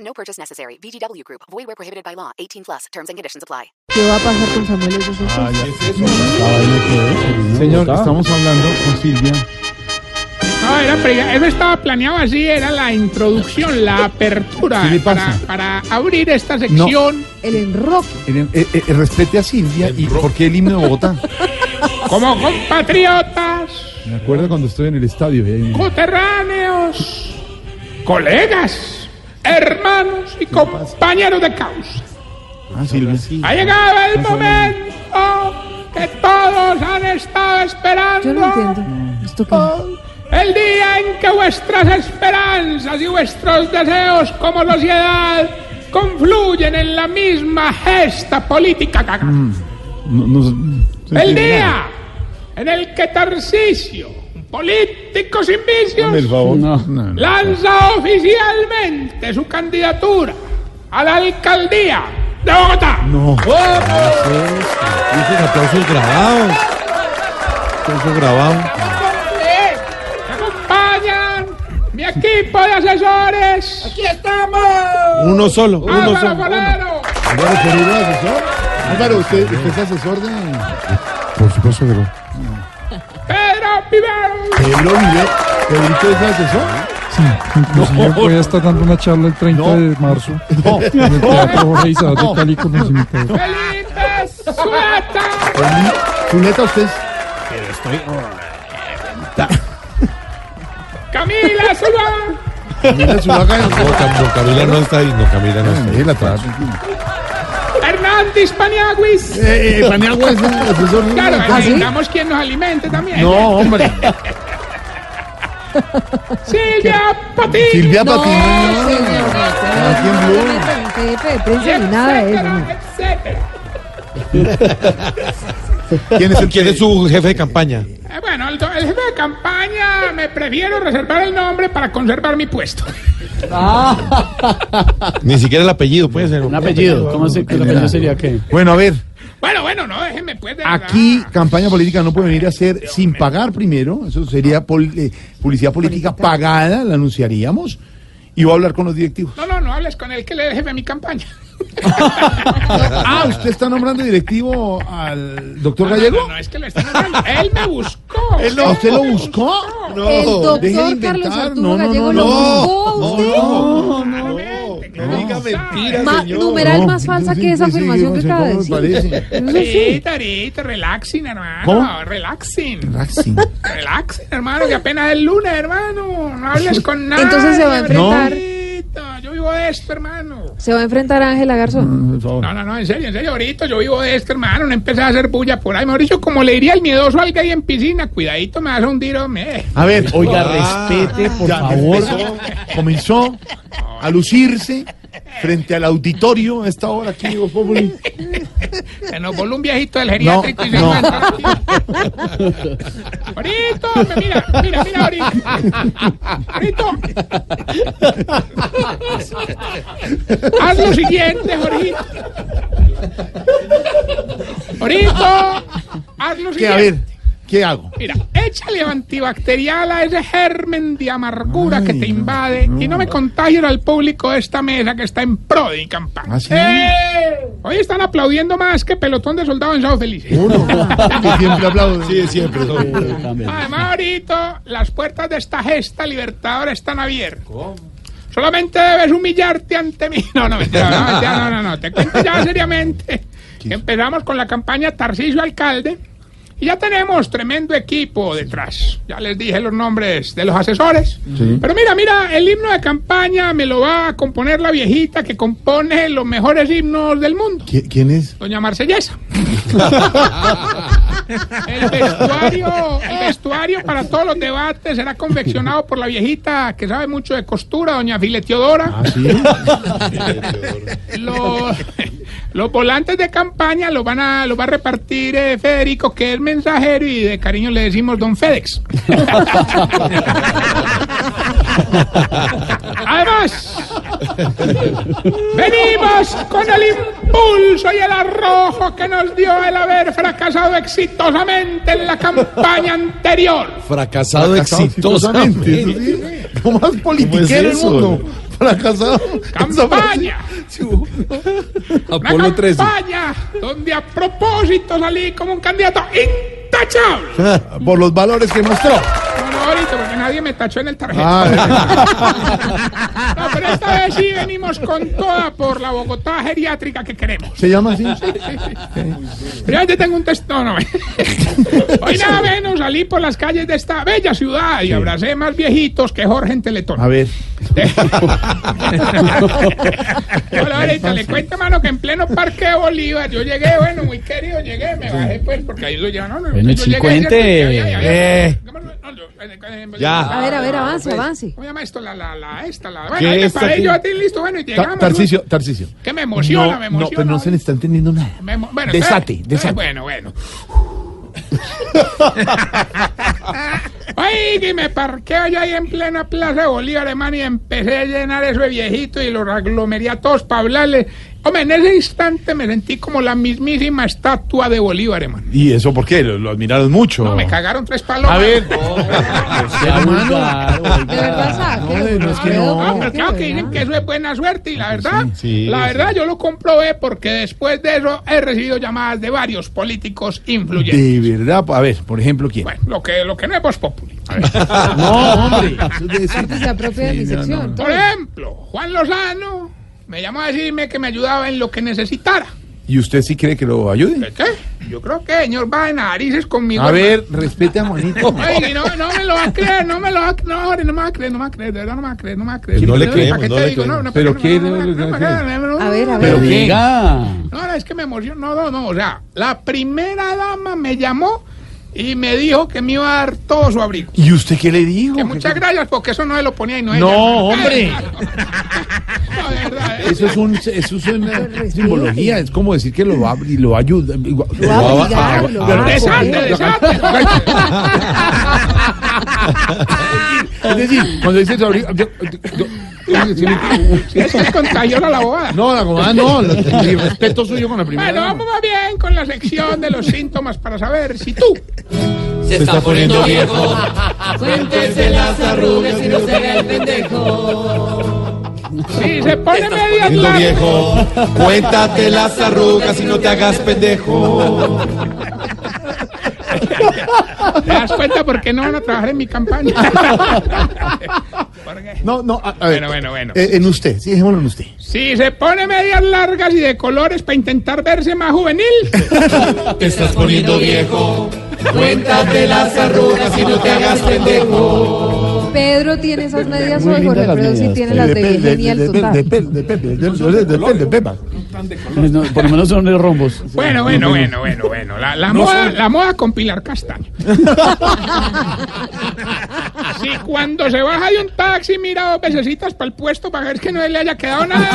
No purchase necessary. VGW Group. Void where prohibited by law. 18 plus. Terms and conditions apply. ¿Qué va a pasar con Samuel Esos Sosa? Señor, estamos hablando con Silvia. No, era pre- eso estaba planeado así, era la introducción, la apertura ¿Qué le para, pasa? para abrir esta sección. El enroque. Eh, eh, eh, respete a Silvia y por qué el himno de Bogotá. Como compatriotas, Me acuerdo cuando estoy en el estadio. y hay un- coterráneos, colegas, hermanos y compañeros de causa. Ah, Silvia. Ha llegado el momento que todos han estado Yo no esperando. entiendo. ¿Esto qué? El día en que vuestras esperanzas y vuestros deseos como sociedad confluyen en la misma gesta política cagada. No- no- no se El entiende día nada. en el que Tarcisio, un político sin Dame el vicios, favor. No, no, no. lanza oficialmente su candidatura a la alcaldía de Bogotá. No. Esos aplausos grabados. Aplausos grabados. Me acompaña mi equipo de asesores. Aquí estamos. Uno solo. Uno Álvaro solo. uno. Forero, Álvaro, ¿por uno asesor? Álvaro, ¿usted, usted es asesor de...? Por supuesto que no. Pedro Pivero. Pedro Vive- ¿Pedrito es asesor? Inclusive No. voy a estar dando una charla el 30 No. de marzo No. en el Teatro Jorge Isaac de Cali con los invitados. Felipe Zuleta. ¿Cuneta usted es...? Camila Zuluaga. ¿Cuneta Zulaga? Camila no está ahí, no, Camila no está ahí. la atrás. Hernández Paniaguis. Eh, eh, Paniagua es el asesor de Claro, la casa. ¿Ah, necesitamos quien nos alimente también. No, hombre. Silvia Patiño. Silvia No, Patiño. señor, Aquí en no Blue. me pregunté de jefe de prensa ni nada de eso. no. etcétera, etcétera. ¿Quién es el ¿Quién es su jefe de campaña? Eh, bueno, el, do- el jefe de campaña me prefiero reservar el nombre para conservar mi puesto. Ni siquiera el apellido, puede ser. Un apellido, ¿cómo se, el apellido sería qué? Bueno, a ver, Bueno, bueno, no, déjenme pues. de verdad. aquí campaña política no puede venir a hacer sin pagar primero. Eso sería pol- eh, publicidad política pagada, la anunciaríamos. Y voy a hablar con los directivos. No, no, no hables con el que le deje de mi campaña. Ah, ¿usted está nombrando directivo al doctor No, Gallego? No, no, es que lo están hablando. Él me buscó. Él lo- ¿A ¿Usted lo buscó? El deje de doctor inventar. Carlos No, Arturo no, no, Gallego lo no. buscó a usted. No, no, No diga mentiras. Ma- señor. Numeral más falsa que esa Sí, sí, afirmación no que sé acaba de cómo me decir. parece. Eso Sí, sí. Tarito, relaxing, hermano. ¿Cómo? Relaxing. Racing. Relaxen, hermano, que apenas es lunes, hermano. No hables con nada. Entonces se va a enfrentar. Yo vivo de esto, hermano. Se va a enfrentar a Ángela Garzón. Por favor. No, no, no, en serio, en serio, ahorita yo vivo de esto, hermano. No empecé a hacer bulla por ahí. Mejor dicho, como le diría el miedoso al gay en piscina, cuidadito, me vas a hundir, hombre. A ver, Oiga, respete, por Ya favor. empezó, comenzó a lucirse frente al auditorio a esta hora aquí en Voz Populi. Se nos voló un viejito del geriátrico No, y se no. encuentra. Ahorita, hombre, mira, mira, mira, ahorita. Ahorita. Haz lo siguiente, Jorgito. Ahorita, haz lo Que, siguiente. a ver, ¿qué hago? Mira, échale antibacterial a ese germen de amargura que te invade y no me contagien al público de esta mesa que está en pro de mi campaña. ¿Ah, sí? ¡Eh! Hoy están aplaudiendo más que pelotón de soldados en Sábado Felices. Uno, que siempre aplaudo. Sí, de siempre. Además, ahorita las puertas de esta gesta libertadora están abiertas. Solamente debes humillarte ante mí. No, no, mentira, no, mentira, no, no, no. Te cuento ya seriamente. que Empezamos con la campaña Tarcisio Alcalde y ya tenemos tremendo equipo detrás. Ya les dije los nombres de los asesores. Pero mira, mira, el himno de campaña me lo va a componer la viejita que compone los mejores himnos del mundo. ¿Qui- ¿Quién es? Doña Marsellesa. El vestuario, el vestuario para todos los debates será confeccionado por la viejita que sabe mucho de costura, doña Fileteodora. ¿Ah, sí? Los, los volantes de campaña los van a, los va a repartir eh, Federico, que es mensajero, y de cariño le decimos Don FedEx. Además, venimos con el impulso y el arrojo que nos dio el haber fracasado exitosamente en la campaña anterior. Fracasado, Fracasado exitosamente. eso sí. Lo más politiquero del eso? mundo. Fracasado. Esa frase. Campaña. Una campaña donde a propósito salí como un candidato intachable. Por los valores que mostró. No, no, ahorita, porque nadie me tachó en el tarjeta. Ah, No, pero esta vez sí venimos con toda por la Bogotá geriátrica que queremos. ¿Se llama así? Pero antes tengo un texto, no, no. Hoy nada menos salí por las calles de esta bella ciudad y abracé más viejitos que Jorge en Teletón. A ver. Hola, ahorita le cuento, mano, que en pleno Parque de Bolívar yo llegué, bueno, muy querido, llegué, me bajé, pues, porque ahí lo llevan. No, no, Bueno, yo llegué, cincuente, ¿cierto? Ya, ya, ya. eh. No, yo- Ya. A ver, a ver, avance, avance. ¿Cómo se llama esto? La, la, la, esta, la. ¿Qué Bueno, ahí me esta paré qué? yo a ti, listo, bueno, y Ta- llegamos. Tarcicio, Tarcicio. Que me emociona, no, me no, emociona. pero no se le está entendiendo nada. Me emo- bueno, Desate, eh, desate. eh, Bueno, bueno. Ay, que me parqueo yo ahí en plena Plaza de Bolívar, hermano, y empecé a llenar eso de viejito y los aglomeré a todos para hablarle. Hombre, en ese instante me sentí como la mismísima estatua de Bolívar, hermano. ¿Y eso por qué? Lo, lo admiraron mucho. No, me cagaron tres palomas. A ver. De verdad, saque. no, no, es que No, pero ¿Qué, claro verdad? que dicen que eso es buena suerte y la verdad, sí, la sí. verdad yo lo comprobé porque después de eso he recibido llamadas de varios políticos influyentes. De verdad, a ver, por ejemplo, ¿quién? Bueno, lo que, lo que no es Voz Populi. A ver. No, hombre. eso es decir- Parte se apropia de mi Sí, no, sección. no, no. todo. Por ejemplo, Juan Lozano me llamó a decirme que me ayudaba en lo que necesitara. ¿Y usted sí cree que lo ayude? ¿De ¿Qué? Yo creo que el señor va de narices conmigo. A ver, respete a Juanito. Ay, no, no me lo va a creer, no me lo va a creer, no, hombre, no me va a creer, no me va a creer, de verdad no me va a creer, no me va a Pues creer. No le ¿Para creemos, qué no te le digo? creemos. No, no, ¿Pero no, qué no, no, le- no, no, no, no, no, no. A ver, a ¿Pero ver. qué? No, no, es que me emocionó. No, no, no. O sea, la primera dama me llamó y me dijo que me iba a dar todo su abrigo. ¿Y usted qué le dijo? Que muchas gracias, porque eso no se lo ponía y no ella. No, hombre. No, de verdad, eh. Eso es, un, eso es una simbología, es como decir que lo va y lo ayuda. Lo va a obligar, lo va a Desate, coger. desate. Es decir, cuando dice su abrigo- yo- yo- yo- Esto es contagioso a la bobada. No, la comada no, lo- mi respeto suyo con la primera. Bueno, dama. vamos más bien con la sección de los síntomas para saber si tú Se está poniendo viejo. si se pone media Poniendo larga, viejo. Cuéntate las arrugas y no te hagas pendejo. te das cuenta por qué no van a trabajar en mi campaña. ¿Por qué? No, no, a, a ver. Bueno, bueno, bueno. Eh, en usted, sí, dejémoslo en usted. Si se pone medias largas y de colores para intentar verse más juvenil. Te estás poniendo viejo. Cuéntate las arrugas y no te hagas pendejo. Pedro tiene esas medias hoy, Jorge Alfredo sí tiene las de Depende, Virginia el depende, total. depende, depende, depende, Pepa. No, por lo menos son de rombos. Bueno, bueno, bueno, bueno, bueno. La, la moda, la moda con Pilar Castaño. si cuando se baja de un taxi mira dos vecesitas para el puesto para ver que no le haya quedado nada.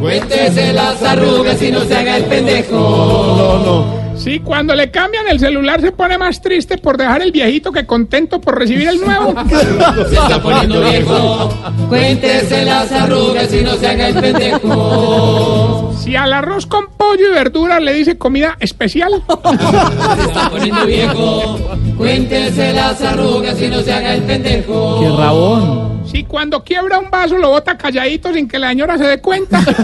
Cuéntese las arrugas y no se haga el pendejo. Si cuando le cambian el celular se pone más triste por dejar el viejito que contento por recibir el nuevo. Se está poniendo viejo. Cuéntese las arrugas y no se haga el pendejo. Si al arroz con pollo y verduras le dice comida especial. Poniendo viejo. Cuéntese las arrugas y no se haga el pendejo. Qué rabón. Si cuando quiebra un vaso lo bota calladito sin que la señora se dé cuenta.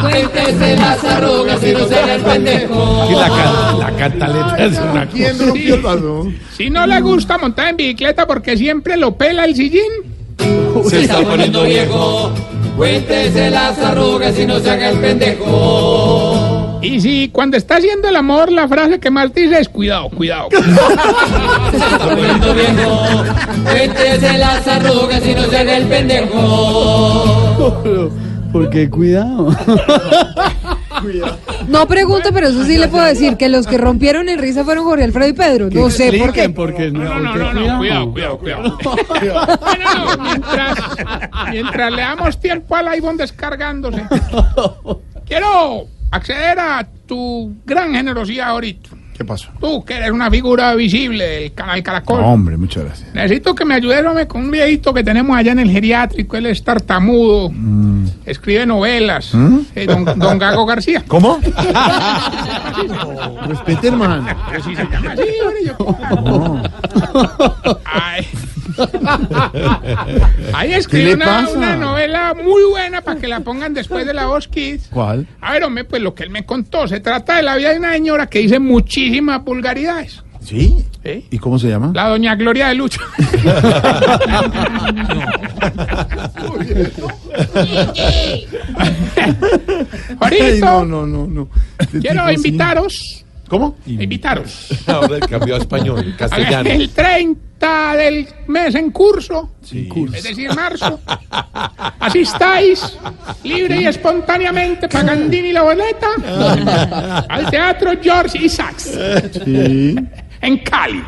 Cuéntese las arrugas y no se haga el pendejo. la canta, la letra es una ¿Quién rompió el balón? Si no le gusta montar en bicicleta porque siempre lo pela el sillín. Se está poniendo viejo. Cuéntese las arrugas y no se haga el pendejo. Y si cuando está haciendo el amor la frase que más dice es cuidado, cuidado. Se está poniendo viejo. Cuéntese las arrugas y no se haga el pendejo. Porque cuidado. No pregunto, pero eso sí le puedo decir, que los que rompieron en risa fueron Jorge Alfredo y Pedro. No sé por qué. porque No, no, no, no, no, cuidado, cuidado, cuidado. No, no, mientras, mientras le damos tiempo a la Ivonne descargándose, quiero acceder a tu gran generosidad ahorita. ¿Qué pasó? Tú, que eres una figura visible del canal Caracol. hombre, muchas gracias. Necesito que me ayudes hombre, con un viejito que tenemos allá en el geriátrico. Él es tartamudo, Mm. escribe novelas. Eh, don, don Gago García. ¿Cómo? Respete, hermano. Pero si se llama así, hombre, yo- Ay. Ahí escribe le una, pasa? una novela muy buena para que la pongan después de la Voz Kids. ¿Cuál? A ver, hombre, pues lo que él me contó. Se trata de la vida de una señora que dice muchísimas vulgaridades. ¿Sí? ¿Sí? ¿Y cómo se llama? La doña Gloria de Lucho. Ay, Jorito, no, no, no, no. Este tipo quiero sí. invitaros, ¿Cómo? invitaros. Ahora cambió a español, A ver, castellano. El 30 del mes en curso, Sí. es decir, marzo, asistáis libre y espontáneamente, Pagandini y la boleta, al Teatro George Isaacs, Ah. Sí. Mm. en Cali,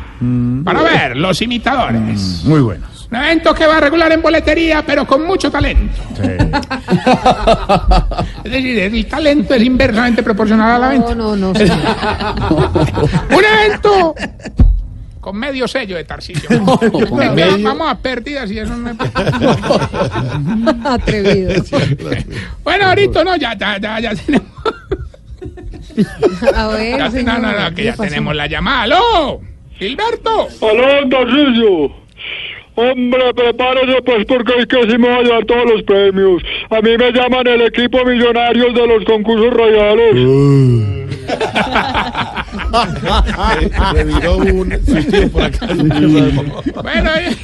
para ver Los Imitadores. Muy buenos. Un evento que va a regular en boletería, pero con mucho talento. Es decir, el talento es inversamente proporcional a la venta. No, no, no. señor. Un evento con medio sello de Tarcillo. Vamos a pérdidas y eso no es... Atrevido. Bueno, ahorita no, ya, ya, ya, ya tenemos, A ya, ver, te- señor. no, no, no, que ¿qué ya pasó? tenemos la llamada. ¡Aló! ¡Gilberto! Aló, Tarcillo. Hombre, prepárese pues porque es que sí me va a dar todos los premios. A mí me llaman el equipo millonarios de los concursos royales. Reviró un sustituto por acá. Bueno, eh,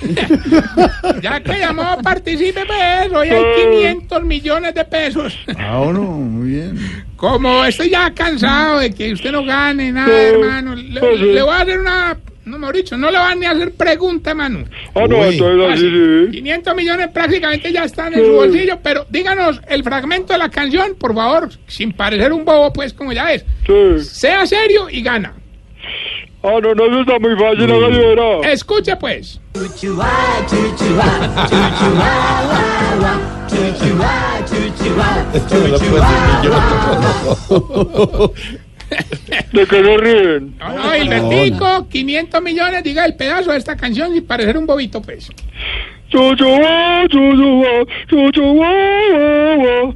ya que llamó, participe, pues, hoy hay 500 millones de pesos. Ah, bueno, muy bien. Como estoy ya cansado de que usted no gane nada, hermano, le, le voy a hacer una... No, Mauricio, no le van ni a hacer pregunta, hermano. Ah, no, Uy. entonces así sí. 500 millones prácticamente ya están en su bolsillo, pero díganos el fragmento de la canción, por favor, sin parecer un bobo, pues como ya es. sí. Sea serio y gana. Ah, no, no, eso está muy fácil, hágale verá. Escuche pues. ¿De qué se ríen? No, no, Gilbertico, 500 millones, diga el pedazo de esta canción sin parecer un bobito, pues. Chuchuá, chuchuá, chuchuá, guá, guá.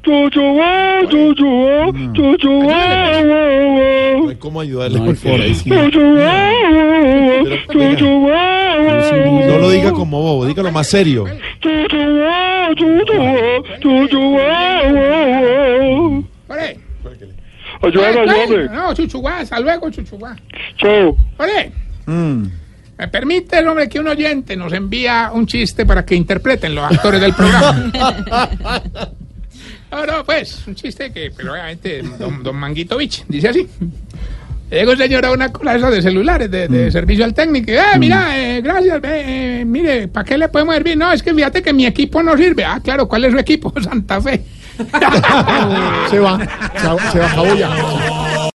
Chuchuá, chuchuá, chuchuá, guá, No guá. hay cómo ayudarle porque ahí sí. Chuchuá, guá, guá. Chuchuá, guá, guá. No lo diga como bobo, dígalo más serio. Chuchuá, chuchuá, chuchuá, guá, guá. Ore. Ayúdame, Ay, ay, ayúdame. no, chuchuá, hasta luego, chuchuá. Chao. Ore. ¿Me permite el hombre que un oyente nos envía un chiste para que interpreten los actores del programa? no, no, pues, un chiste que, pero obviamente, don, don Manguitovich dice así. Llegó un señor a una cosa esa de celulares, de, de servicio al técnico. y, Eh, mira, eh, gracias, ve, eh, mire, ¿para qué le podemos servir? No, es que fíjate que mi equipo no sirve. Ah, claro, ¿cuál es su equipo? Santa Fe. Se va. Se va, se va Jaboya.